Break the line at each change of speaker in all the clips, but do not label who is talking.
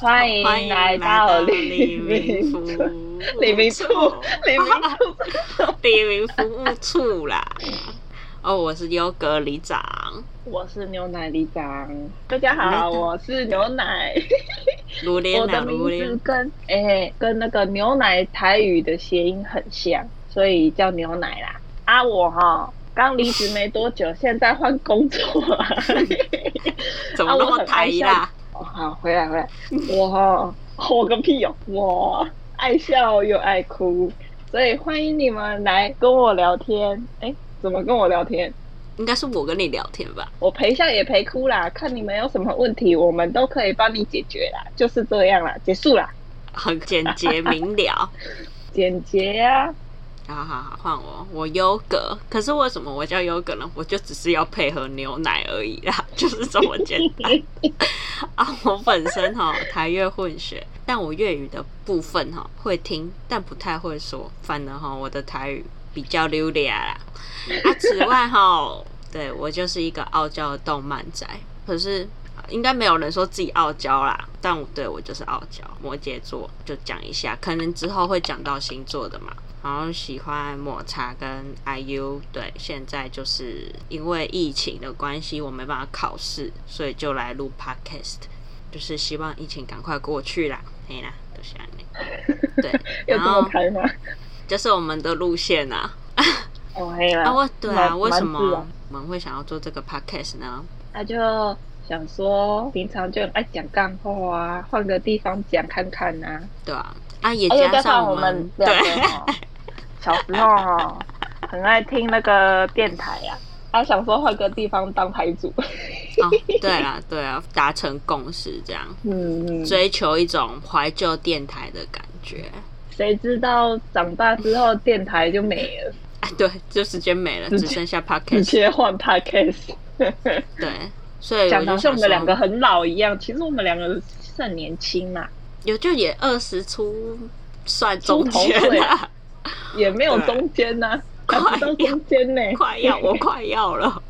欢迎
欢迎
来
到
到
黎
黎
明
明
服
处
务，
黎明处
处，，
黎明处，
黎明服务处啦。哦，我是优格里长，
我是牛奶里长。大家好，
你好
我是牛奶。
卢
我
莲
的
啊，卢
名字
莲，
跟哎、跟那个牛奶台语的谐音很像，所以叫牛奶啦。啊，我哈刚离职没多久，现在换工作 了。
怎么那
啊
么台啦？
哦好，回来回来，我哈我个屁哦，我爱笑又爱哭，所以欢迎你们来跟我聊天。哎、怎么跟我聊天？
应该是我跟你聊天吧？
我陪笑也陪哭啦，看你们有什么问题，我们都可以帮你解决啦，就是这样啦，结束啦，
很简洁明了。
简洁啊，
好好好，换我，我优格。可是为什么我叫优格呢？我就只是要配合牛奶而已啦，就是这么简单啊。我本身哈台越混血，但我粤语的部分哈会听，但不太会说。反而哈我的台语比较溜达啦。啊，此外哈，对我就是一个傲娇的动漫宅，可是。应该没有人说自己傲娇啦，但我对我就是傲娇。摩羯座就讲一下，可能之后会讲到星座的嘛。然后喜欢抹茶跟 IU，对，现在就是因为疫情的关系，我没办法考试，所以就来录 Podcast，就是希望疫情赶快过去啦，嘿啦，就是这样。对，
有
然
这么
后
开吗？
就是我们的路线啊。
哦黑了
啊，我对啊，
蛮
为什
蛮自
么
然
我们会想要做这个 Podcast 呢？
他就想说，啊平常就很爱讲干话啊，换个地方讲看看啊。
对啊，啊也
而且
加
哎加
上
上
我
我
们
们两个
对，
哦，小时候 哦，很爱听那个电台啊，他想说换个地方当台主。
哦对啦对啊，达成共识这样，
嗯嗯，
追求一种怀旧电台的感觉。
谁知道长大之后电台就没了，
啊，对，就时间没了，
嗯
只剩下
直
podcast。
接换 podcast。
对，所以我
讲
就
的像
想
我们两个
说，
很老一样，其实我们两个是很年轻嘛，
有就也二十出，算中
出头
间
岁
了，
也没有
对
中间呐、啊，
快
还不到中间呢、
快要我快要 了。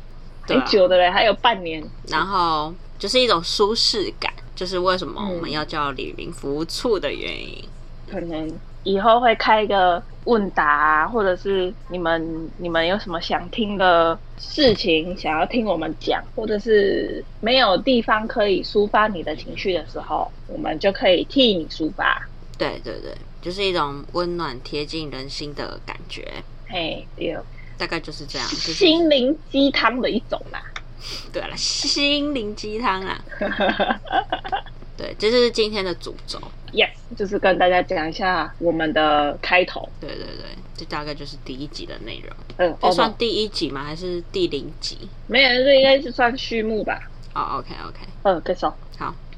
对、
挺
啊，
久的嘞，还有半年。
然后就是一种舒适感，就是为什么
嗯
我们要叫李明服务处的原因。
可能以后会开一个问答、啊，或者是你们你们有什么想听的事情，想要听我们讲，或者是没有地方可以抒发你的情绪的时候，我们就可以替你抒发。
对对对，就是一种温暖贴近人心的感觉，
嘿，对，
大概就是这样。就是
心灵鸡汤的一种啦。
对了，心灵鸡 汤啊，对，这就是今天的主轴。
yes，就是跟大家讲一下我们的开头。
对对对，这大概就是第一集的内容。
嗯，
这
哦，
算第一集吗？还是第零集？
没有，这应该是算序幕吧。
哦、o k OK，
嗯，可以说。
好，